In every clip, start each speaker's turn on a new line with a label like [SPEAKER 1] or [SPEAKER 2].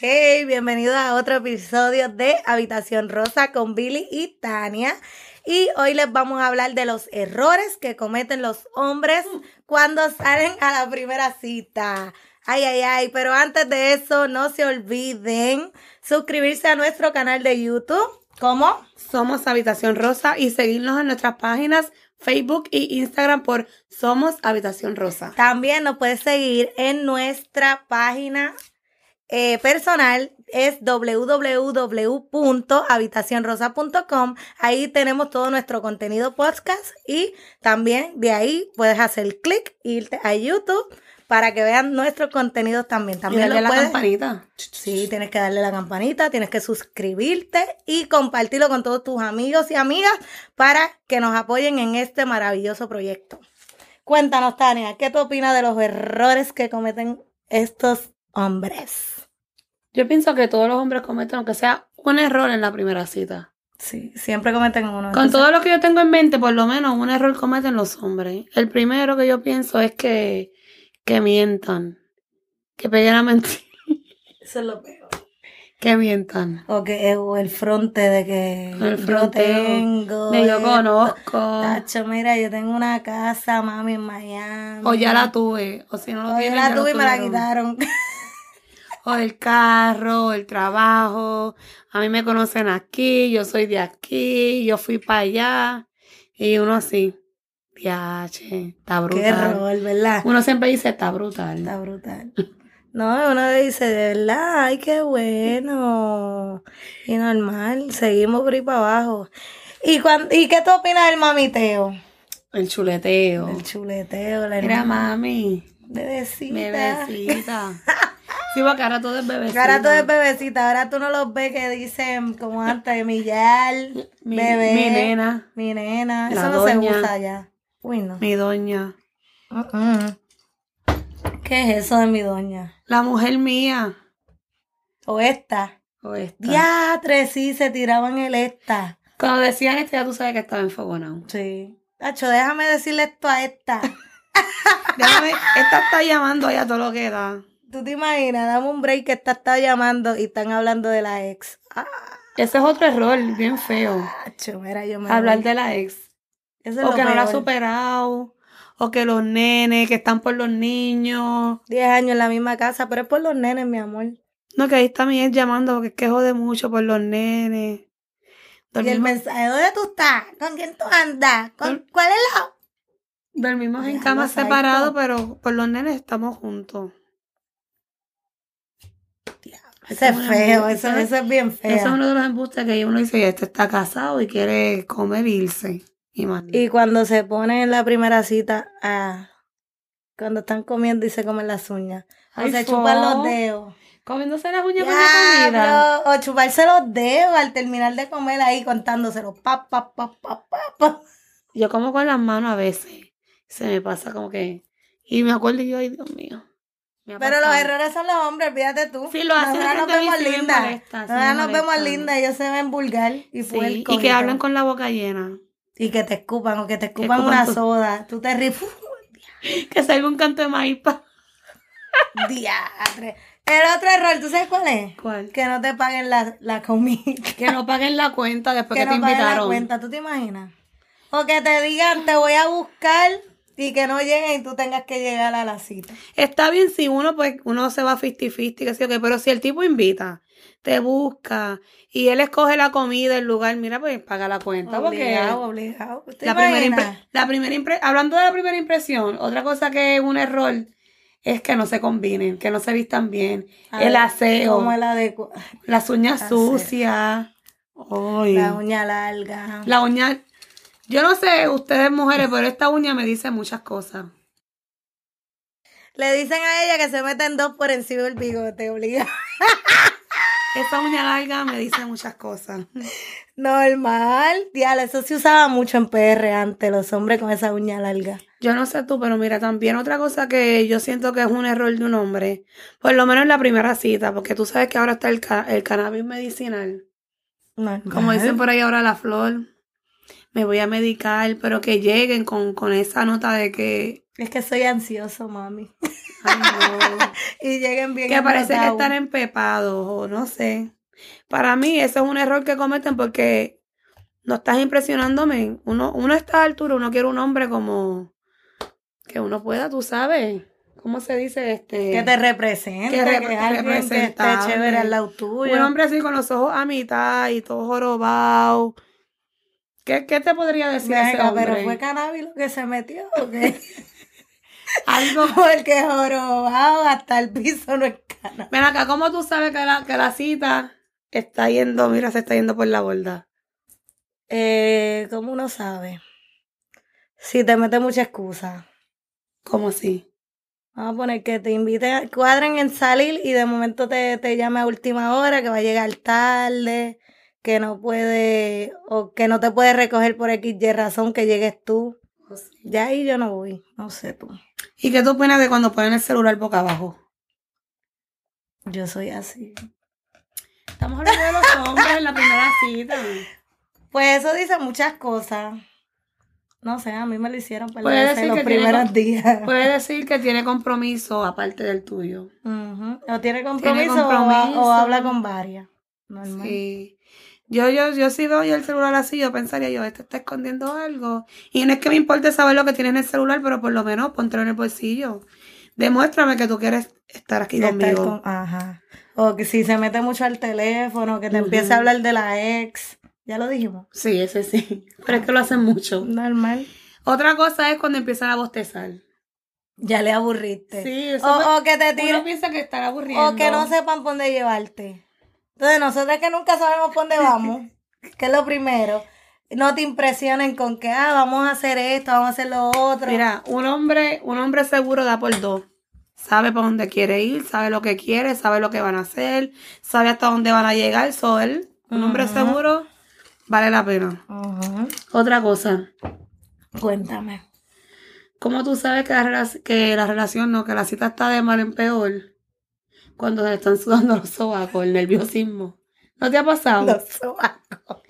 [SPEAKER 1] Hey, bienvenidos a otro episodio de Habitación Rosa con Billy y Tania. Y hoy les vamos a hablar de los errores que cometen los hombres cuando salen a la primera cita. Ay, ay, ay, pero antes de eso, no se olviden suscribirse a nuestro canal de YouTube. ¿Cómo?
[SPEAKER 2] Somos Habitación Rosa y seguirnos en nuestras páginas Facebook y Instagram por Somos Habitación Rosa.
[SPEAKER 1] También nos puedes seguir en nuestra página eh, personal es www.habitacionrosa.com. Ahí tenemos todo nuestro contenido podcast y también de ahí puedes hacer clic e irte a YouTube para que vean nuestros contenidos también.
[SPEAKER 2] Y
[SPEAKER 1] También
[SPEAKER 2] dale a
[SPEAKER 1] lo
[SPEAKER 2] la
[SPEAKER 1] puedes-
[SPEAKER 2] campanita.
[SPEAKER 1] Sí, tienes que darle la campanita, tienes que suscribirte y compartirlo con todos tus amigos y amigas para que nos apoyen en este maravilloso proyecto. Cuéntanos, Tania, ¿qué tú opinas de los errores que cometen estos hombres?
[SPEAKER 2] Yo pienso que todos los hombres cometen aunque sea un error en la primera cita.
[SPEAKER 1] Sí, siempre cometen uno.
[SPEAKER 2] Con todo lo que yo tengo en mente, por lo menos un error cometen los hombres. El primero que yo pienso es que, que mientan. Que peguen a mentir.
[SPEAKER 1] Eso es lo peor.
[SPEAKER 2] Que mientan.
[SPEAKER 1] O que o el fronte de que
[SPEAKER 2] El
[SPEAKER 1] yo
[SPEAKER 2] fronteo
[SPEAKER 1] tengo.
[SPEAKER 2] De yo
[SPEAKER 1] esto.
[SPEAKER 2] conozco.
[SPEAKER 1] Tacho, mira, yo tengo una casa, mami, en Miami.
[SPEAKER 2] O ya la tuve. O si no lo
[SPEAKER 1] O
[SPEAKER 2] tienen,
[SPEAKER 1] ya
[SPEAKER 2] ya
[SPEAKER 1] la
[SPEAKER 2] lo
[SPEAKER 1] tuve y me la
[SPEAKER 2] tuvieron.
[SPEAKER 1] quitaron.
[SPEAKER 2] O el carro, el trabajo. A mí me conocen aquí, yo soy de aquí, yo fui para allá. Y uno así. Diache, está
[SPEAKER 1] Qué
[SPEAKER 2] brutal.
[SPEAKER 1] error, ¿verdad?
[SPEAKER 2] Uno siempre dice, está brutal.
[SPEAKER 1] Está brutal. No, uno dice, de verdad, ay, qué bueno. Y normal, seguimos por ahí para abajo. ¿Y, cuan- ¿Y qué tú opinas del mamiteo?
[SPEAKER 2] El chuleteo.
[SPEAKER 1] El chuleteo, la
[SPEAKER 2] Mira,
[SPEAKER 1] hermana.
[SPEAKER 2] mami,
[SPEAKER 1] Bebecita.
[SPEAKER 2] bebecita. Sí, porque ahora todo es bebecita.
[SPEAKER 1] Ahora tú eres bebecita, ahora tú no los ves que dicen como antes, millar,
[SPEAKER 2] mi,
[SPEAKER 1] bebé,
[SPEAKER 2] mi nena,
[SPEAKER 1] mi nena.
[SPEAKER 2] La
[SPEAKER 1] Eso no se
[SPEAKER 2] doña.
[SPEAKER 1] usa ya. Uy, no.
[SPEAKER 2] mi doña,
[SPEAKER 1] Mm, mm. ¿Qué es eso de mi doña?
[SPEAKER 2] la mujer mía.
[SPEAKER 1] O esta.
[SPEAKER 2] O esta.
[SPEAKER 1] Diatre, sí, se tiraban el esta.
[SPEAKER 2] Cuando decían esto, ya tú sabes que estaba enfogonado.
[SPEAKER 1] Sí. Tacho, déjame decirle esto a esta.
[SPEAKER 2] Déjame, esta está llamando allá todo lo que da.
[SPEAKER 1] ¿Tú te imaginas? Dame un break que esta está llamando y están hablando de la ex. Ah,
[SPEAKER 2] Ese es otro error bien feo.
[SPEAKER 1] tacho, mira, yo me
[SPEAKER 2] Hablar
[SPEAKER 1] voy.
[SPEAKER 2] de la ex.
[SPEAKER 1] Eso es
[SPEAKER 2] O
[SPEAKER 1] lo
[SPEAKER 2] que no la ha
[SPEAKER 1] peor.
[SPEAKER 2] superado. O que los nenes, que están por los niños.
[SPEAKER 1] Diez años en la misma casa, pero es por los nenes, mi amor.
[SPEAKER 2] No, que ahí está mi ex llamando porque es que jode mucho por los nenes.
[SPEAKER 1] Y el
[SPEAKER 2] Dormimos,
[SPEAKER 1] mensaje, ¿dónde tú estás? ¿Con quién tú andas? ¿Con,
[SPEAKER 2] Dol-
[SPEAKER 1] ¿Cuál es la...?
[SPEAKER 2] dormimos en
[SPEAKER 1] Diablo,
[SPEAKER 2] camas
[SPEAKER 1] psycho.
[SPEAKER 2] separados, pero por los nenes estamos juntos.
[SPEAKER 1] Ese es feo, eso, eso es bien feo.
[SPEAKER 2] Eso es uno de los embustes que uno dice, este está casado y quiere comer e irse. Y más.
[SPEAKER 1] Y cuando se ponen en la primera cita, ah, cuando están comiendo y se comen las uñas. O
[SPEAKER 2] Ay,
[SPEAKER 1] se
[SPEAKER 2] fo.
[SPEAKER 1] chupan los dedos.
[SPEAKER 2] Comiéndose las uñas con la comida.
[SPEAKER 1] Diablo, o chuparse los dedos al terminar de comer ahí contándoselo. Pa, pa, pa, pa, pa, pa.
[SPEAKER 2] Yo como con las manos a veces. Se me pasa como que... Y me acuerdo y yo, ay, Dios mío. me ha
[SPEAKER 1] Pero los
[SPEAKER 2] pasado.
[SPEAKER 1] errores son los hombres, fíjate tú.
[SPEAKER 2] Sí, lo hacen
[SPEAKER 1] Ahora nos
[SPEAKER 2] frente a mí,
[SPEAKER 1] vemos
[SPEAKER 2] sí me
[SPEAKER 1] lindas.
[SPEAKER 2] molesta, sí me
[SPEAKER 1] Ahora nos vemos
[SPEAKER 2] molesta.
[SPEAKER 1] lindas, ellos se ven vulgar y
[SPEAKER 2] Sí,
[SPEAKER 1] puercos
[SPEAKER 2] y que
[SPEAKER 1] todo.
[SPEAKER 2] hablan con la boca llena.
[SPEAKER 1] Y que te escupan o que te escupan
[SPEAKER 2] escupan
[SPEAKER 1] una
[SPEAKER 2] tu-
[SPEAKER 1] soda. Tú te ríes. ¡fu!
[SPEAKER 2] Que salga un canto de maíz pa-
[SPEAKER 1] Diatre. El otro error, ¿tú sabes cuál es?
[SPEAKER 2] ¿Cuál?
[SPEAKER 1] Que no te paguen la, la comida.
[SPEAKER 2] Que no paguen la cuenta después
[SPEAKER 1] que
[SPEAKER 2] que,
[SPEAKER 1] no
[SPEAKER 2] te
[SPEAKER 1] paguen la
[SPEAKER 2] invitaron.
[SPEAKER 1] cuenta, ¿tú te imaginas? O que te digan, te voy a buscar y que no lleguen y tú tengas que llegar a la cita.
[SPEAKER 2] Está bien si uno pues uno se va 50-50, que sí, ok, pero si el tipo invita, te busca y él escoge la comida, el lugar, mira, pues paga la cuenta porque
[SPEAKER 1] Obligado, obligado. ¿Tú te
[SPEAKER 2] la primera,
[SPEAKER 1] imaginas?
[SPEAKER 2] impre- la primera impre- hablando de la primera impresión, otra cosa que es un error es que no se combinen, que no se vistan bien,
[SPEAKER 1] A
[SPEAKER 2] el
[SPEAKER 1] ver,
[SPEAKER 2] aseo,
[SPEAKER 1] Como el adecu-
[SPEAKER 2] las uñas
[SPEAKER 1] aseo.
[SPEAKER 2] sucias. Ay.
[SPEAKER 1] La uña larga.
[SPEAKER 2] La uña, yo no sé ustedes mujeres, pero esta uña me dice muchas cosas.
[SPEAKER 1] Le dicen a ella que se meten dos por encima del bigote, obligado.
[SPEAKER 2] Esa uña larga me dice muchas cosas.
[SPEAKER 1] Normal. Diablo, eso se usaba mucho en PR antes, los hombres con esa uña larga.
[SPEAKER 2] Yo no sé tú, pero mira, también otra cosa que yo siento que es un error de un hombre, por lo menos en la primera cita, porque tú sabes que ahora está el, ca- el cannabis medicinal.
[SPEAKER 1] Normal.
[SPEAKER 2] Como dicen por ahí ahora la flor, me voy a medicar, pero que lleguen con, con esa nota de que,
[SPEAKER 1] Es que soy ansioso, mami.
[SPEAKER 2] Ay, no.
[SPEAKER 1] y lleguen bien.
[SPEAKER 2] que parece que
[SPEAKER 1] embrotados.
[SPEAKER 2] están empepados o no sé. Para mí ese es un error que cometen porque no estás impresionándome. Uno, uno está a altura, uno quiere un hombre como que uno pueda, tú sabes, ¿cómo se dice este?
[SPEAKER 1] Que te represente,
[SPEAKER 2] Que
[SPEAKER 1] que,
[SPEAKER 2] re-
[SPEAKER 1] es alguien que esté
[SPEAKER 2] representable.
[SPEAKER 1] chévere al lado tuyo.
[SPEAKER 2] un hombre así con los ojos a mitad y todo jorobado. ¿Qué, qué te podría decir
[SPEAKER 1] Ven
[SPEAKER 2] ese
[SPEAKER 1] acá,
[SPEAKER 2] hombre?
[SPEAKER 1] pero fue cannabis lo que se metió, ¿o qué?
[SPEAKER 2] Algo
[SPEAKER 1] Porque jorobado hasta el piso no es cannabis.
[SPEAKER 2] Ven acá, ¿cómo tú sabes que la, que la cita está yendo, mira, se está yendo por la borda?
[SPEAKER 1] Eh, ¿Cómo uno sabe? Si te mete mucha excusa.
[SPEAKER 2] ¿Cómo así?
[SPEAKER 1] Vamos a poner que te inviten, cuadren en salir y de momento te, te llame a última hora, que va a llegar tarde, que no puede, o que no te puede recoger por X y razón que llegues tú.
[SPEAKER 2] Oh,
[SPEAKER 1] Ya ahí yo no voy, no sé tú.
[SPEAKER 2] ¿Y qué tú opinas de cuando ponen el celular boca abajo?
[SPEAKER 1] Yo soy así.
[SPEAKER 2] Estamos hablando de los hombres en la primera cita.
[SPEAKER 1] Pues eso dice muchas cosas. No sé, a mí me lo hicieron para
[SPEAKER 2] Puede
[SPEAKER 1] los
[SPEAKER 2] decir que tiene
[SPEAKER 1] primeros
[SPEAKER 2] com-
[SPEAKER 1] días.
[SPEAKER 2] Puede decir que tiene compromiso aparte del tuyo.
[SPEAKER 1] Ujú. O tiene compromiso, o
[SPEAKER 2] compromiso.
[SPEAKER 1] ha- O, habla con varias. Normal.
[SPEAKER 2] Sí. Yo, yo, yo si veo yo el celular así, yo pensaría, yo, este está escondiendo algo. Y no es que me importe saber lo que tienes en el celular, pero por lo menos póntelo en el bolsillo. Demuéstrame que tú quieres estar aquí
[SPEAKER 1] Estar
[SPEAKER 2] conmigo.
[SPEAKER 1] con- ajá. O que si se mete mucho al teléfono, que te
[SPEAKER 2] Ujú.
[SPEAKER 1] empiece a hablar de la ex. Ya lo dijimos.
[SPEAKER 2] Sí, ese sí. Pero es que lo hacen mucho.
[SPEAKER 1] Normal.
[SPEAKER 2] Otra cosa es cuando empiezan a bostezar.
[SPEAKER 1] Ya le aburriste.
[SPEAKER 2] Sí,
[SPEAKER 1] o,
[SPEAKER 2] eso me-
[SPEAKER 1] o que te
[SPEAKER 2] Uno
[SPEAKER 1] tiren.
[SPEAKER 2] piensa que están aburriendo.
[SPEAKER 1] O que no sepan por dónde llevarte. Entonces, nosotras que nunca sabemos por dónde vamos, que es lo primero, no te impresionen con que, ah, vamos a hacer esto, vamos a hacer lo otro.
[SPEAKER 2] Mira, un hombre, un hombre seguro da por dos. Sabe para dónde quiere ir, sabe lo que quiere, sabe lo que van a hacer, sabe hasta dónde van a llegar. So, él, un hombre seguro vale la pena.
[SPEAKER 1] Ujú.
[SPEAKER 2] Otra cosa,
[SPEAKER 1] Cuéntame.
[SPEAKER 2] ¿cómo tú sabes que la, relac- que la relación, no, que la cita está de mal en peor? Cuando se le están sudando los sobacos, el nerviosismo. ¿No te ha pasado?
[SPEAKER 1] Los sobacos.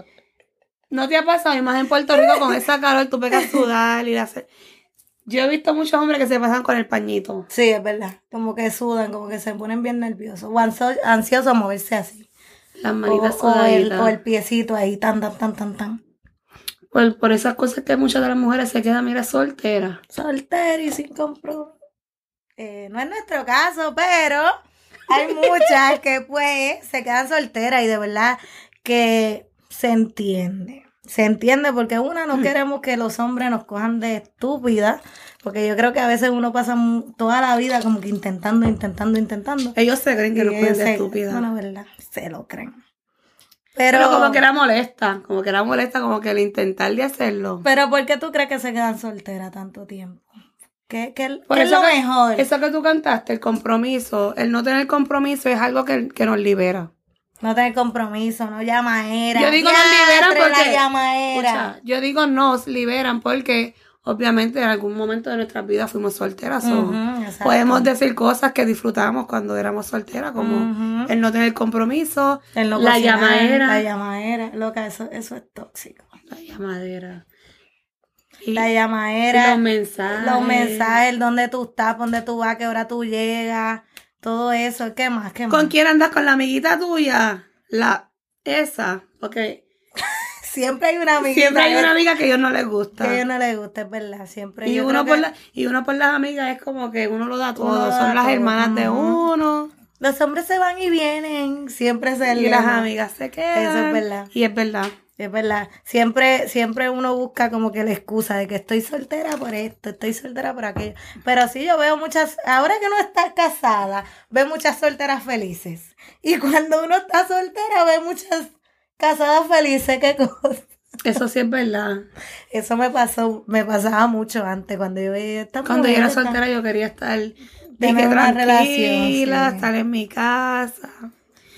[SPEAKER 2] ¿No te ha pasado? Y más en Puerto Rico con esa calor, tú pegas a sudar y hacer. Yo he visto muchos hombres que se pasan con el pañito.
[SPEAKER 1] Sí, es verdad. Como que sudan, como que se ponen bien nerviosos. O anso- ansiosos a moverse así.
[SPEAKER 2] Las
[SPEAKER 1] O,
[SPEAKER 2] manitas
[SPEAKER 1] o el,
[SPEAKER 2] sudaditas.
[SPEAKER 1] o el piecito ahí, tan, tan, tan, tan, tan.
[SPEAKER 2] Por, por esas cosas que muchas de las mujeres se quedan, mira, solteras.
[SPEAKER 1] Soltero y sin compromiso. Eh, no es nuestro caso, pero hay muchas que pues se quedan solteras y de verdad que se entiende. Se entiende porque una,
[SPEAKER 2] Mm.
[SPEAKER 1] no queremos que los hombres nos cojan de estúpida, porque yo creo que a veces uno pasa mu- toda la vida como que intentando, intentando, intentando.
[SPEAKER 2] Ellos se creen que
[SPEAKER 1] Y
[SPEAKER 2] no pueden
[SPEAKER 1] ellos
[SPEAKER 2] ser
[SPEAKER 1] se-
[SPEAKER 2] estúpidas.
[SPEAKER 1] Bueno, verdad, se lo creen.
[SPEAKER 2] pero...
[SPEAKER 1] Pero,
[SPEAKER 2] como que era molesta, como que era molesta, como que el intentar de hacerlo.
[SPEAKER 1] pero ¿por qué tú crees que se quedan solteras tanto tiempo? ¿Qué, qué-
[SPEAKER 2] Por
[SPEAKER 1] qué es
[SPEAKER 2] eso
[SPEAKER 1] lo
[SPEAKER 2] que-
[SPEAKER 1] mejor?
[SPEAKER 2] Eso que tú cantaste, el compromiso, el no tener compromiso es algo que, que nos libera.
[SPEAKER 1] No tener compromiso, no llamaera.
[SPEAKER 2] Yo digo
[SPEAKER 1] Diantre,
[SPEAKER 2] nos liberan porque.
[SPEAKER 1] La llamaera.
[SPEAKER 2] Escucha, yo digo nos liberan porque obviamente en algún momento de nuestras vidas fuimos solteras. o
[SPEAKER 1] Ujú, exacto.
[SPEAKER 2] podemos decir cosas que disfrutamos cuando éramos solteras, como
[SPEAKER 1] Ujú.
[SPEAKER 2] el no tener compromiso,
[SPEAKER 1] El no
[SPEAKER 2] pues, la
[SPEAKER 1] cocinar,
[SPEAKER 2] llamadera.
[SPEAKER 1] La llamaera. Loca, eso, eso es tóxico.
[SPEAKER 2] La llamadera. Y,
[SPEAKER 1] La
[SPEAKER 2] y
[SPEAKER 1] llamaera.
[SPEAKER 2] los mensajes.
[SPEAKER 1] Los mensajes, dónde tú estás, dónde tú vas, qué hora tú llegas. Todo eso. ¿Qué más? ¿Qué más?
[SPEAKER 2] ¿Con quién andas? ¿Con la amiguita tuya? La esa, porque
[SPEAKER 1] Siempre hay una amiga
[SPEAKER 2] siempre hay una amiga que a ellos no les gusta.
[SPEAKER 1] que a ellos no les gusta, es verdad. Siempre
[SPEAKER 2] Y
[SPEAKER 1] yo
[SPEAKER 2] uno,
[SPEAKER 1] creo
[SPEAKER 2] por
[SPEAKER 1] que-
[SPEAKER 2] la- y uno por las amigas es como que uno lo da todo.
[SPEAKER 1] lo
[SPEAKER 2] Son
[SPEAKER 1] da
[SPEAKER 2] las
[SPEAKER 1] todo,
[SPEAKER 2] hermanas de
[SPEAKER 1] ujú.
[SPEAKER 2] uno.
[SPEAKER 1] Los hombres se van y vienen. Siempre se
[SPEAKER 2] Y las
[SPEAKER 1] lema.
[SPEAKER 2] amigas se quedan.
[SPEAKER 1] Eso es verdad.
[SPEAKER 2] Y es verdad.
[SPEAKER 1] Es verdad, siempre, siempre uno busca como que la excusa de que estoy soltera por esto, estoy soltera por aquello. Pero sí, yo veo muchas, ahora que uno está casada, ve muchas solteras felices. Y cuando uno está soltera, ve muchas casadas felices, qué cosa.
[SPEAKER 2] Eso sí es verdad.
[SPEAKER 1] Eso me pasó, me pasaba mucho antes, cuando yo veía esta
[SPEAKER 2] Cuando yo
[SPEAKER 1] mujer
[SPEAKER 2] era
[SPEAKER 1] está-
[SPEAKER 2] soltera yo quería estar de
[SPEAKER 1] Tener
[SPEAKER 2] que
[SPEAKER 1] una
[SPEAKER 2] tranquila,
[SPEAKER 1] relación, sí.
[SPEAKER 2] estar en mi casa.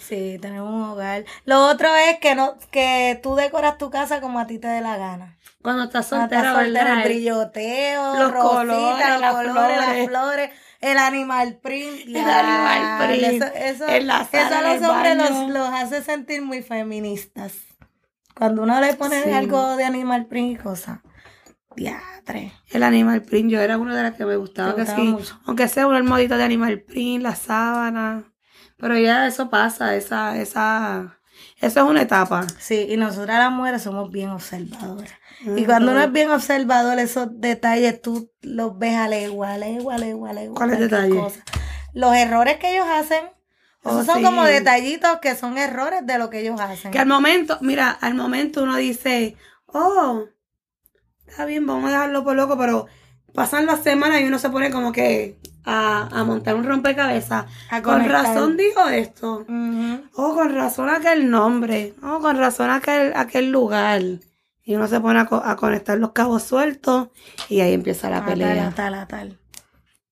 [SPEAKER 1] Sí, tener un hogar. Lo otro es que no, que tú decoras tu casa como a ti te dé la gana.
[SPEAKER 2] Cuando estás
[SPEAKER 1] Cuando
[SPEAKER 2] soltera,
[SPEAKER 1] estás soltera,
[SPEAKER 2] ¿verdad?
[SPEAKER 1] el brilloteo,
[SPEAKER 2] Los
[SPEAKER 1] rosita,
[SPEAKER 2] colores,
[SPEAKER 1] los
[SPEAKER 2] las
[SPEAKER 1] colores,
[SPEAKER 2] flores.
[SPEAKER 1] las flores, el animal print.
[SPEAKER 2] El animal
[SPEAKER 1] diablo,
[SPEAKER 2] print,
[SPEAKER 1] Eso, eso,
[SPEAKER 2] en la sala,
[SPEAKER 1] eso
[SPEAKER 2] en
[SPEAKER 1] a
[SPEAKER 2] el
[SPEAKER 1] los hombres los,
[SPEAKER 2] baño.
[SPEAKER 1] los hace sentir muy feministas. Cuando uno le pone
[SPEAKER 2] Sí.
[SPEAKER 1] algo de animal print y cosas. Diatre.
[SPEAKER 2] El animal print, yo era una de las que me gustaba,
[SPEAKER 1] Te
[SPEAKER 2] que
[SPEAKER 1] gustaba
[SPEAKER 2] sí,
[SPEAKER 1] mucho.
[SPEAKER 2] aunque sea una almohadita de animal print, la sábana. Pero ya eso pasa, esa, esa, eso es una etapa.
[SPEAKER 1] Sí, y nosotras las mujeres somos bien observadoras. Y cuando uno es bien observador, esos detalles tú los ves a legua, a legua, a legua, a legua,
[SPEAKER 2] ¿Cuáles
[SPEAKER 1] cualquier
[SPEAKER 2] detalles?
[SPEAKER 1] cosa. Los errores que ellos hacen,
[SPEAKER 2] Oh,
[SPEAKER 1] esos son
[SPEAKER 2] sí.
[SPEAKER 1] como detallitos que son errores de lo que ellos hacen.
[SPEAKER 2] Que al momento, mira, al momento uno dice, oh, está bien, vamos a dejarlo por loco, pero pasan las semanas y uno se pone como que a, a montar un rompecabezas.
[SPEAKER 1] A
[SPEAKER 2] Con
[SPEAKER 1] conectar.
[SPEAKER 2] razón dijo esto.
[SPEAKER 1] Ujú.
[SPEAKER 2] Oh, con razón aquel nombre. Oh, con razón aquel, aquel lugar. Y uno se pone a, co- a conectar los cabos sueltos y ahí empieza la
[SPEAKER 1] Ah, tal,
[SPEAKER 2] pelea.
[SPEAKER 1] a tal, a tal.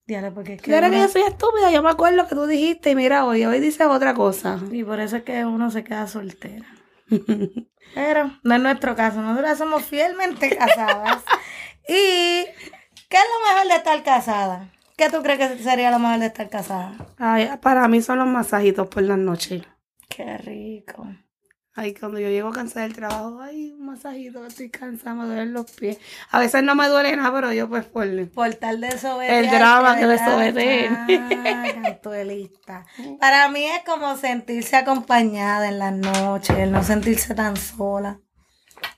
[SPEAKER 1] Diablo, porque es que
[SPEAKER 2] Claro que
[SPEAKER 1] uno-
[SPEAKER 2] yo soy estúpida, yo me acuerdo que tú dijiste y mira, hoy, hoy dices otra cosa.
[SPEAKER 1] Y por eso es que uno se queda soltera. Pero no es nuestro caso, nosotras somos fielmente casadas. ¿Y qué es lo mejor de estar casada? ¿Qué tú crees que sería lo mejor de estar casada?
[SPEAKER 2] Ay, para mí son los masajitos por las noches.
[SPEAKER 1] Qué rico.
[SPEAKER 2] Ay, cuando yo llego cansada del trabajo, ay, un masajito, estoy cansada, me duelen los pies. A veces no me duele nada, pero yo pues por...
[SPEAKER 1] Portal de
[SPEAKER 2] El drama que desobedeen.
[SPEAKER 1] Cantuelista. Para mí es como sentirse acompañada en las noches, el no sentirse tan sola.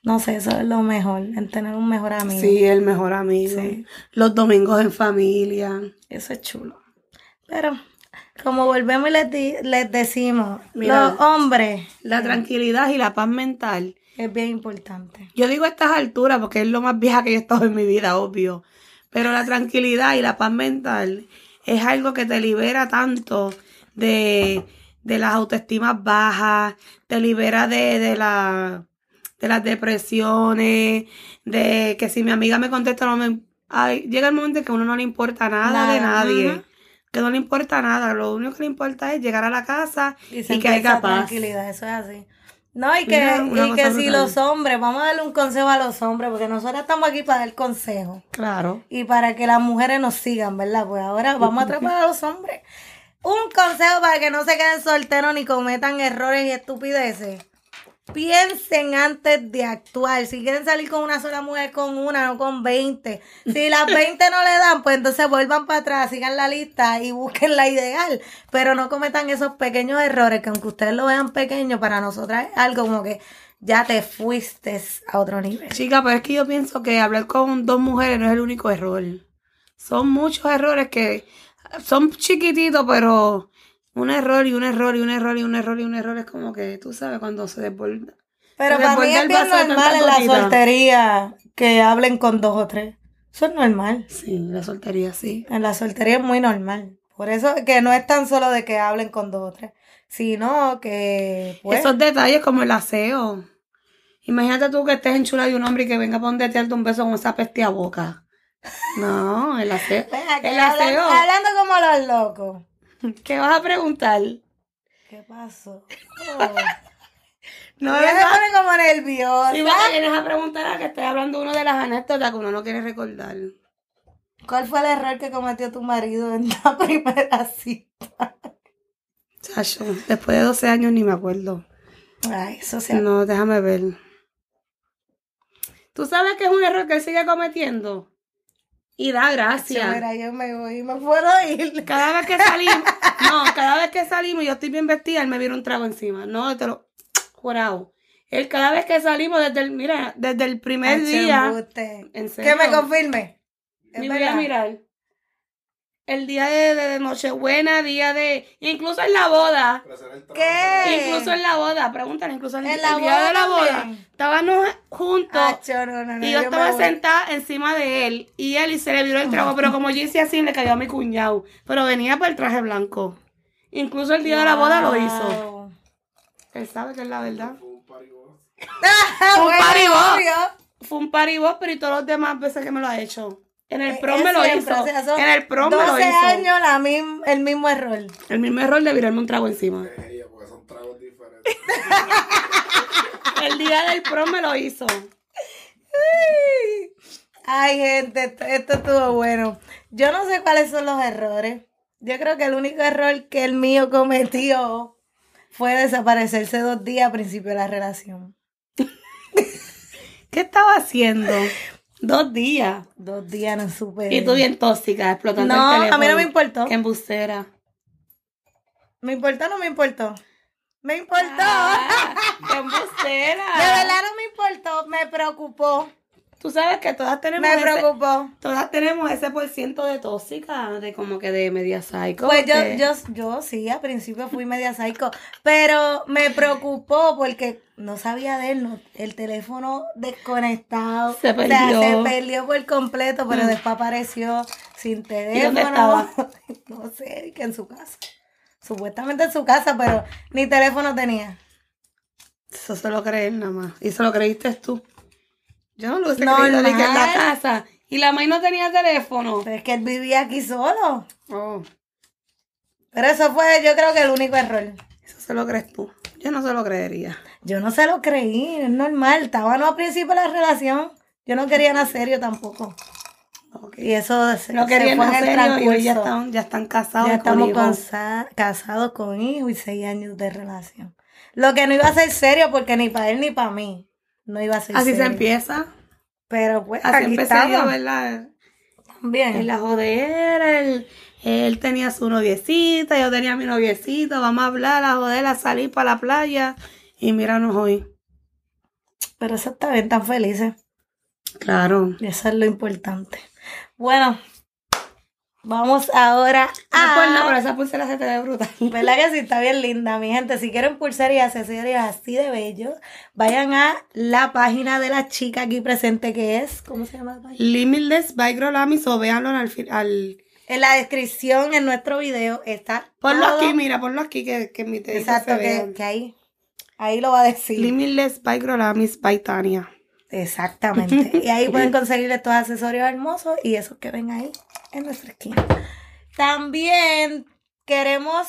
[SPEAKER 1] No sé, eso es lo mejor, en tener un mejor amigo.
[SPEAKER 2] Sí, el mejor amigo. Los domingos en familia.
[SPEAKER 1] Eso es chulo. Pero, como volvemos y les, di- les decimos,
[SPEAKER 2] Mira.
[SPEAKER 1] los hombres
[SPEAKER 2] La tranquilidad y la paz mental.
[SPEAKER 1] es bien importante.
[SPEAKER 2] Yo digo a estas alturas porque es lo más vieja que yo he estado en mi vida, obvio. Pero la tranquilidad y la paz mental es algo que te libera tanto de, de las autoestimas bajas, te libera de, de, la, de las depresiones, de que si mi amiga me contesta, no me... ay, llega el momento en que a uno no le importa nada, de
[SPEAKER 1] Nada,
[SPEAKER 2] nadie.
[SPEAKER 1] ajá.
[SPEAKER 2] Que no le importa nada, lo único que le importa es llegar a la casa y, que
[SPEAKER 1] sentir
[SPEAKER 2] haya
[SPEAKER 1] esa
[SPEAKER 2] paz.
[SPEAKER 1] tranquilidad, eso es así. No, y que,
[SPEAKER 2] Mira, una
[SPEAKER 1] y
[SPEAKER 2] cosa
[SPEAKER 1] que si
[SPEAKER 2] brutal.
[SPEAKER 1] los hombres, vamos a darle un consejo a los hombres, porque nosotros estamos aquí para dar consejos.
[SPEAKER 2] Claro.
[SPEAKER 1] y para que las mujeres nos sigan, ¿verdad? Pues ahora vamos a atrapar a los hombres. Un consejo para que no se queden solteros ni cometan errores y estupideces. Piensen antes de actuar. Si quieren salir con una sola mujer, con una, no con 20. Si las 20 no le dan, pues entonces vuelvan para atrás, sigan la lista y busquen la ideal. Pero no cometan esos pequeños errores que aunque ustedes lo vean pequeño, para nosotras es algo como que ya te fuiste a otro nivel.
[SPEAKER 2] Chica, pero es que yo pienso que hablar con dos mujeres no es el único error. Son muchos errores que son chiquititos, pero un error y un error y un error y un error y un error es como que, tú sabes, cuando se desborda.
[SPEAKER 1] Pero
[SPEAKER 2] Se
[SPEAKER 1] para mí
[SPEAKER 2] desborda
[SPEAKER 1] es
[SPEAKER 2] el
[SPEAKER 1] bien
[SPEAKER 2] vaso de
[SPEAKER 1] normal
[SPEAKER 2] tanta
[SPEAKER 1] en la
[SPEAKER 2] gotita.
[SPEAKER 1] soltería que hablen con dos o tres. Eso es normal.
[SPEAKER 2] Sí, la soltería, sí.
[SPEAKER 1] En la soltería es muy normal. Por eso es que no es tan solo de que hablen con dos o tres, sino que pues,
[SPEAKER 2] Esos detalles como el aseo. Imagínate tú que estés en chula de un hombre y que venga a ponerte un beso con esa peste a boca. No, el aseo.
[SPEAKER 1] ven acá,
[SPEAKER 2] El
[SPEAKER 1] hablando,
[SPEAKER 2] aseo.
[SPEAKER 1] pues, hablando como los locos.
[SPEAKER 2] ¿Qué vas a preguntar?
[SPEAKER 1] ¿Qué pasó? Oh,
[SPEAKER 2] No,
[SPEAKER 1] ella
[SPEAKER 2] ¿verdad?
[SPEAKER 1] se pone como nerviosa.
[SPEAKER 2] Si vos te vienes a preguntar a que estoy hablando uno de las anécdotas que uno no quiere recordar.
[SPEAKER 1] ¿Cuál fue el error que cometió tu marido en la primera cita?
[SPEAKER 2] Chacho, después de 12 años ni me acuerdo.
[SPEAKER 1] Ay, eso se
[SPEAKER 2] No, déjame ver. ¿Tú sabes que es un error que él sigue cometiendo? Y da gracias.
[SPEAKER 1] Mira, yo me voy, me puedo ir.
[SPEAKER 2] Cada vez que salimos, no, cada vez que salimos, yo estoy bien vestida, él me viene un trago encima. No, te lo jurado. Él cada vez que salimos, desde el, mira, desde el primer
[SPEAKER 1] Ay, che,
[SPEAKER 2] día,
[SPEAKER 1] embuste.
[SPEAKER 2] en
[SPEAKER 1] Que me
[SPEAKER 2] serio.
[SPEAKER 1] confirme. Es
[SPEAKER 2] Ni voy a
[SPEAKER 1] verdad.
[SPEAKER 2] mirar. El día de, de Nochebuena, día de. Incluso en la boda.
[SPEAKER 1] ¿Qué?
[SPEAKER 2] Incluso en la boda. Pregúntale, incluso en,
[SPEAKER 1] En
[SPEAKER 2] el
[SPEAKER 1] la
[SPEAKER 2] día de
[SPEAKER 1] boda
[SPEAKER 2] la boda.
[SPEAKER 1] también.
[SPEAKER 2] Estábamos juntos.
[SPEAKER 1] Acho, no, Ah, no, no,
[SPEAKER 2] y yo
[SPEAKER 1] me
[SPEAKER 2] estaba
[SPEAKER 1] voy.
[SPEAKER 2] sentada encima de él. Y él y se le viró el trago. Pero como yo hice así, le cayó a mi cuñado. Pero venía por el traje blanco. Incluso el día de la boda lo hizo.
[SPEAKER 1] Wow.
[SPEAKER 2] Él sabe que es la verdad.
[SPEAKER 1] Ah,
[SPEAKER 2] Un
[SPEAKER 1] bueno,
[SPEAKER 2] paribó.
[SPEAKER 1] obvio.
[SPEAKER 2] Fue un paribos, pero y todas las demás veces que me lo ha hecho. En el prom
[SPEAKER 1] Eh, Es
[SPEAKER 2] me lo
[SPEAKER 1] siempre,
[SPEAKER 2] hizo.
[SPEAKER 1] o sea, son
[SPEAKER 2] en el prom me lo
[SPEAKER 1] 12
[SPEAKER 2] hizo.
[SPEAKER 1] años la mim- el mismo error.
[SPEAKER 2] El mismo error de virarme un trago encima. El día del prom me lo hizo.
[SPEAKER 1] Ay, gente, esto, esto estuvo bueno. Yo no sé cuáles son los errores. Yo creo que el único error que el mío cometió fue desaparecerse dos días al principio de la relación.
[SPEAKER 2] ¿Qué estaba haciendo? Dos días.
[SPEAKER 1] Dos días no supe.
[SPEAKER 2] Y tú bien tóxica, explotando
[SPEAKER 1] No, a
[SPEAKER 2] el
[SPEAKER 1] mí
[SPEAKER 2] teléfono.
[SPEAKER 1] no me importó.
[SPEAKER 2] Qué embustera.
[SPEAKER 1] ¿Me importó o no me importó? Me importó.
[SPEAKER 2] Ah, ¡Qué embustera!
[SPEAKER 1] De verdad no me importó, me preocupó.
[SPEAKER 2] Tú sabes que todas tenemos
[SPEAKER 1] Me
[SPEAKER 2] ese-
[SPEAKER 1] preocupó.
[SPEAKER 2] Todas tenemos ese por ciento de tóxica, de como que de media psycho.
[SPEAKER 1] Pues yo,
[SPEAKER 2] que-
[SPEAKER 1] yo, yo sí, al principio fui media psycho, pero me preocupó porque no sabía de él, no- el teléfono desconectado.
[SPEAKER 2] Se
[SPEAKER 1] O sea, se
[SPEAKER 2] perdió. Mm.
[SPEAKER 1] perdió por completo, pero después apareció sin teléfono.
[SPEAKER 2] dónde estaba?
[SPEAKER 1] No sé, que en su casa. Supuestamente en su casa, pero ni teléfono tenía.
[SPEAKER 2] Eso se lo creen nada más. Y se lo creíste tú. Yo no lo hubiese
[SPEAKER 1] Normal.
[SPEAKER 2] creído ni que en la casa. Y la maíz no tenía teléfono.
[SPEAKER 1] Pero es que él vivía aquí solo.
[SPEAKER 2] Oh,
[SPEAKER 1] Pero eso fue, yo creo que el único error.
[SPEAKER 2] eso se lo crees tú. Yo no se lo creería.
[SPEAKER 1] Yo no se lo creí, es normal. Estábamos al principio de la relación. Yo no quería nada serio tampoco.
[SPEAKER 2] Ok.
[SPEAKER 1] Y eso se,
[SPEAKER 2] No
[SPEAKER 1] se
[SPEAKER 2] querían
[SPEAKER 1] fue en
[SPEAKER 2] nada
[SPEAKER 1] el
[SPEAKER 2] serio y hoy ya
[SPEAKER 1] transcurso.
[SPEAKER 2] están, ya están casados.
[SPEAKER 1] Ya
[SPEAKER 2] con
[SPEAKER 1] estamos
[SPEAKER 2] hijos.
[SPEAKER 1] cansa- casados con hijo y seis años de relación. Lo que no iba a ser serio porque ni para él ni para mí. No iba a ser
[SPEAKER 2] Así se
[SPEAKER 1] serio.
[SPEAKER 2] empieza.
[SPEAKER 1] Pero pues,
[SPEAKER 2] Así
[SPEAKER 1] aquí
[SPEAKER 2] empecé yo,
[SPEAKER 1] estamos.
[SPEAKER 2] ¿verdad? En
[SPEAKER 1] Bien.
[SPEAKER 2] la jodera, él, él tenía su noviecita, yo tenía mi noviecita, vamos a hablar, a joder, a salir para la playa. Y míranos hoy.
[SPEAKER 1] Pero eso está bien, tan felices.
[SPEAKER 2] Claro.
[SPEAKER 1] Y eso es lo importante. Bueno, vamos ahora a...
[SPEAKER 2] Ah, pues no, pero esa pulsera se te ve brutal.
[SPEAKER 1] ¿Verdad que sí? Está bien linda, mi gente. Si quieren pulserías y accesorios así de bellos, vayan a la página de la chica aquí presente que es, ¿cómo se llama la página?
[SPEAKER 2] Limitless by Grolamis o véanlo al, fi- al
[SPEAKER 1] En la descripción, en nuestro video, está
[SPEAKER 2] Ponlo
[SPEAKER 1] todo.
[SPEAKER 2] aquí, mira, ponlo aquí que, Ah, que mi dedito
[SPEAKER 1] Exacto,
[SPEAKER 2] se
[SPEAKER 1] que,
[SPEAKER 2] vea.
[SPEAKER 1] que ahí, ahí lo va a decir.
[SPEAKER 2] Limitless by Grolamis by Tania.
[SPEAKER 1] Exactamente. Y ahí pueden conseguir estos accesorios hermosos y esos que ven ahí en nuestra esquina. También queremos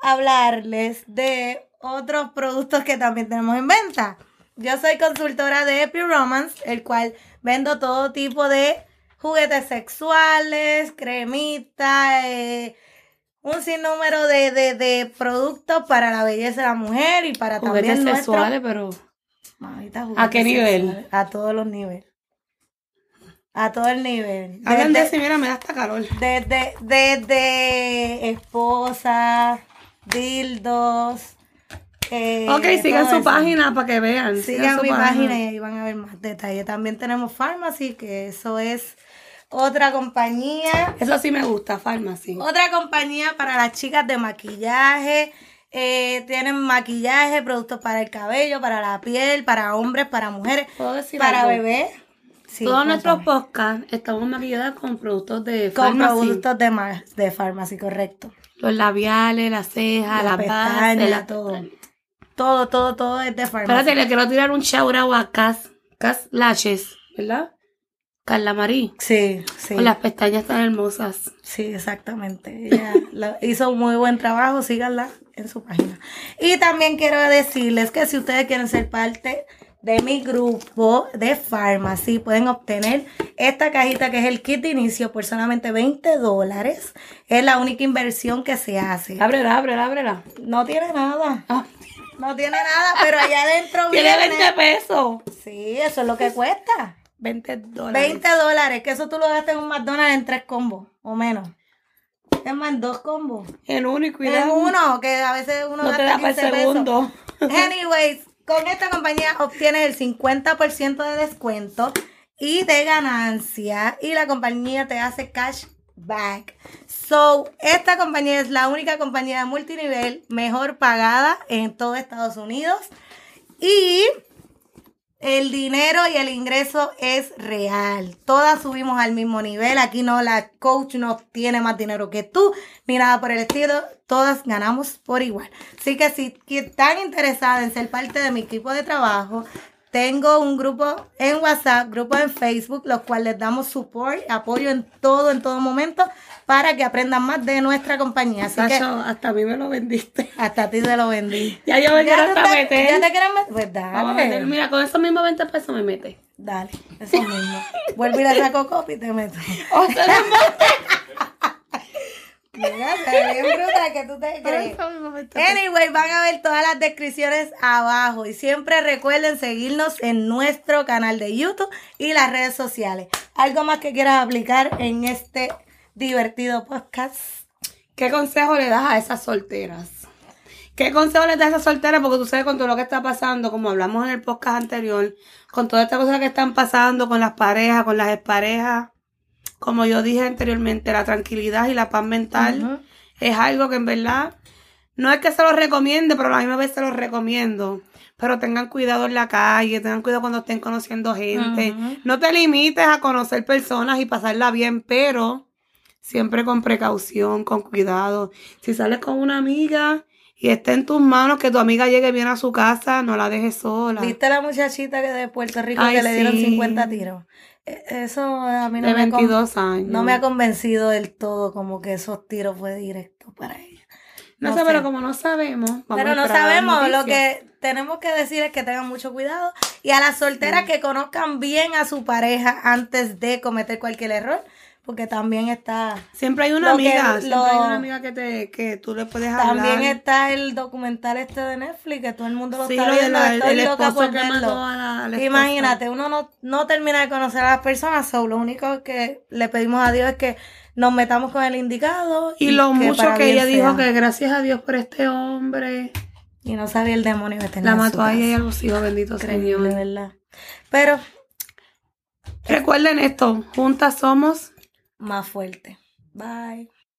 [SPEAKER 1] hablarles de otros productos que también tenemos en venta. Yo soy consultora de Epi Romance, el cual vendo todo tipo de juguetes sexuales, cremitas, eh, un sinnúmero de, de- de productos para la belleza de la mujer y para
[SPEAKER 2] Juguetes
[SPEAKER 1] también nuestro
[SPEAKER 2] sexuales, pero
[SPEAKER 1] Mamita,
[SPEAKER 2] ¿A qué
[SPEAKER 1] juguetes
[SPEAKER 2] nivel?
[SPEAKER 1] sexuales. A todos los niveles. A todo el nivel.
[SPEAKER 2] hablan de
[SPEAKER 1] Desde,
[SPEAKER 2] eso y mira, me da hasta calor.
[SPEAKER 1] Eh, desde, desde esposas, dildos. eh,
[SPEAKER 2] ok, sigan
[SPEAKER 1] todo
[SPEAKER 2] su
[SPEAKER 1] eso.
[SPEAKER 2] página para que vean.
[SPEAKER 1] Sigan
[SPEAKER 2] su
[SPEAKER 1] mi página y ahí van a ver más detalles. También tenemos Pharmacy, que eso es otra compañía.
[SPEAKER 2] Eso sí me gusta, Pharmacy.
[SPEAKER 1] Otra compañía para las chicas de maquillaje. eh, tienen maquillaje, productos para el cabello, para la piel, para hombres, para mujeres,
[SPEAKER 2] ¿Puedo decir
[SPEAKER 1] para
[SPEAKER 2] algo?
[SPEAKER 1] bebés. Sí, cuéntame.
[SPEAKER 2] Todos nuestros podcasts estamos maquilladas con productos de
[SPEAKER 1] con
[SPEAKER 2] Pharmacy.
[SPEAKER 1] productos de, ma- de Pharmacy, correcto.
[SPEAKER 2] Los labiales, las cejas,
[SPEAKER 1] La
[SPEAKER 2] las
[SPEAKER 1] pestaña,
[SPEAKER 2] bases, la-
[SPEAKER 1] todo. Todo, todo, todo es de Pharmacy.
[SPEAKER 2] Espérate, le quiero tirar un shout out a Cas, Cas Lashes, ¿verdad? Carla Marí.
[SPEAKER 1] Sí, sí.
[SPEAKER 2] Con las pestañas tan hermosas.
[SPEAKER 1] Sí, exactamente. Ella lo- hizo un muy buen trabajo, síganla en su página. Y también quiero decirles que si ustedes quieren ser parte de mi grupo de Pharmacy, pueden obtener esta cajita que es el kit de inicio por solamente 20 dólares. Es la única inversión que se hace.
[SPEAKER 2] Ábrela, ábrela, ábrela.
[SPEAKER 1] No tiene nada.
[SPEAKER 2] Ah,
[SPEAKER 1] No tiene nada, pero allá adentro
[SPEAKER 2] tiene
[SPEAKER 1] viene.
[SPEAKER 2] 20 pesos.
[SPEAKER 1] Sí, eso es lo que cuesta.
[SPEAKER 2] 20 dólares.
[SPEAKER 1] 20 dólares, que eso tú lo gastas en un McDonald's en tres combos o menos. Es más, en dos combos.
[SPEAKER 2] El único y
[SPEAKER 1] Es uno, que a veces uno
[SPEAKER 2] No te da para el
[SPEAKER 1] 15 pesos.
[SPEAKER 2] segundo.
[SPEAKER 1] Anyways, con esta compañía obtienes el 50% de descuento y de ganancia y la compañía te hace cashback. So, esta compañía es la única compañía de multinivel mejor pagada en todo Estados Unidos y el dinero y el ingreso es real. Todas subimos al mismo nivel. Aquí no, la coach no tiene más dinero que tú, ni nada por el estilo. Todas ganamos por igual. Así que si que están interesadas en ser parte de mi equipo de trabajo, tengo un grupo en WhatsApp, grupo en Facebook, los cuales les damos support, apoyo en todo, en todo momento, para que aprendan más de nuestra compañía. Así que
[SPEAKER 2] Sacho, hasta a mí me lo vendiste.
[SPEAKER 1] hasta a ti te lo vendí.
[SPEAKER 2] Ya yo me quiero
[SPEAKER 1] te,
[SPEAKER 2] hasta meter.
[SPEAKER 1] ya te quiero meter. Pues dale.
[SPEAKER 2] Vamos a meter. Mira, con esos mismos 20 pesos me mete.
[SPEAKER 1] Dale, eso mismo. Vuelvo y le saco copia y te meto.
[SPEAKER 2] O sea, no-
[SPEAKER 1] Mira, se ve bien bruta que tú te
[SPEAKER 2] Por
[SPEAKER 1] crees.
[SPEAKER 2] eso mismo me está-
[SPEAKER 1] Anyway, van a ver todas las descripciones abajo y siempre recuerden seguirnos en nuestro canal de YouTube y las redes sociales. ¿Algo más que quieras aplicar en este divertido podcast?
[SPEAKER 2] ¿Qué consejo le das a esas solteras? ¿Qué consejo le das a esas solteras? Porque tú sabes con todo lo que está pasando, como hablamos en el podcast anterior, con todas estas cosas que están pasando, con las parejas, con las exparejas, como yo dije anteriormente, la tranquilidad y la paz mental
[SPEAKER 1] Ujú.
[SPEAKER 2] es algo que en verdad no es que se los recomiende, pero a la misma vez se los recomiendo. Pero tengan cuidado en la calle, tengan cuidado cuando estén conociendo gente.
[SPEAKER 1] Ujú.
[SPEAKER 2] No te limites a conocer personas y pasarla bien, pero siempre con precaución, con cuidado. Si sales con una amiga y está en tus manos que tu amiga llegue bien a su casa, no la dejes sola.
[SPEAKER 1] ¿Viste la muchachita que de Puerto Rico
[SPEAKER 2] Ay,
[SPEAKER 1] que le dieron
[SPEAKER 2] sí.
[SPEAKER 1] 50 tiros? E- Eso a mí no,
[SPEAKER 2] de
[SPEAKER 1] me, ha con-
[SPEAKER 2] 22 años.
[SPEAKER 1] no me ha convencido del todo, como que esos tiros fue directo para ella.
[SPEAKER 2] No
[SPEAKER 1] no
[SPEAKER 2] sé,
[SPEAKER 1] sé.
[SPEAKER 2] pero como no sabemos. vamos a
[SPEAKER 1] Pero no
[SPEAKER 2] esperar a las
[SPEAKER 1] sabemos, lo
[SPEAKER 2] noticias.
[SPEAKER 1] que tenemos que decir es que tengan mucho cuidado y a las
[SPEAKER 2] Mm.
[SPEAKER 1] solteras que conozcan bien a su pareja antes de cometer cualquier error, porque también está
[SPEAKER 2] Siempre hay una
[SPEAKER 1] Lo que-
[SPEAKER 2] amiga,
[SPEAKER 1] lo-
[SPEAKER 2] siempre hay una amiga que te que tú le puedes hablar.
[SPEAKER 1] también está el documental este de Netflix que todo el mundo lo
[SPEAKER 2] Sí,
[SPEAKER 1] está
[SPEAKER 2] lo de
[SPEAKER 1] viendo,
[SPEAKER 2] la-
[SPEAKER 1] estoy
[SPEAKER 2] el
[SPEAKER 1] loca
[SPEAKER 2] esposo
[SPEAKER 1] por
[SPEAKER 2] que mató
[SPEAKER 1] verlo.
[SPEAKER 2] a la- a la esposa.
[SPEAKER 1] Imagínate, uno no, no termina de conocer a las personas, so, lo único que le pedimos a Dios es que nos metamos con el indicado
[SPEAKER 2] Y lo mucho
[SPEAKER 1] para
[SPEAKER 2] que
[SPEAKER 1] bien
[SPEAKER 2] ella dijo
[SPEAKER 1] sea.
[SPEAKER 2] que gracias a Dios por este hombre.
[SPEAKER 1] y no sabía el demonio que tenía.
[SPEAKER 2] La
[SPEAKER 1] en su
[SPEAKER 2] mató a
[SPEAKER 1] casa.
[SPEAKER 2] ella y a los hijos, bendito
[SPEAKER 1] Increíble,
[SPEAKER 2] Señor.
[SPEAKER 1] ¿verdad? Pero
[SPEAKER 2] Recuerden esto, juntas somos
[SPEAKER 1] más fuerte. Bye.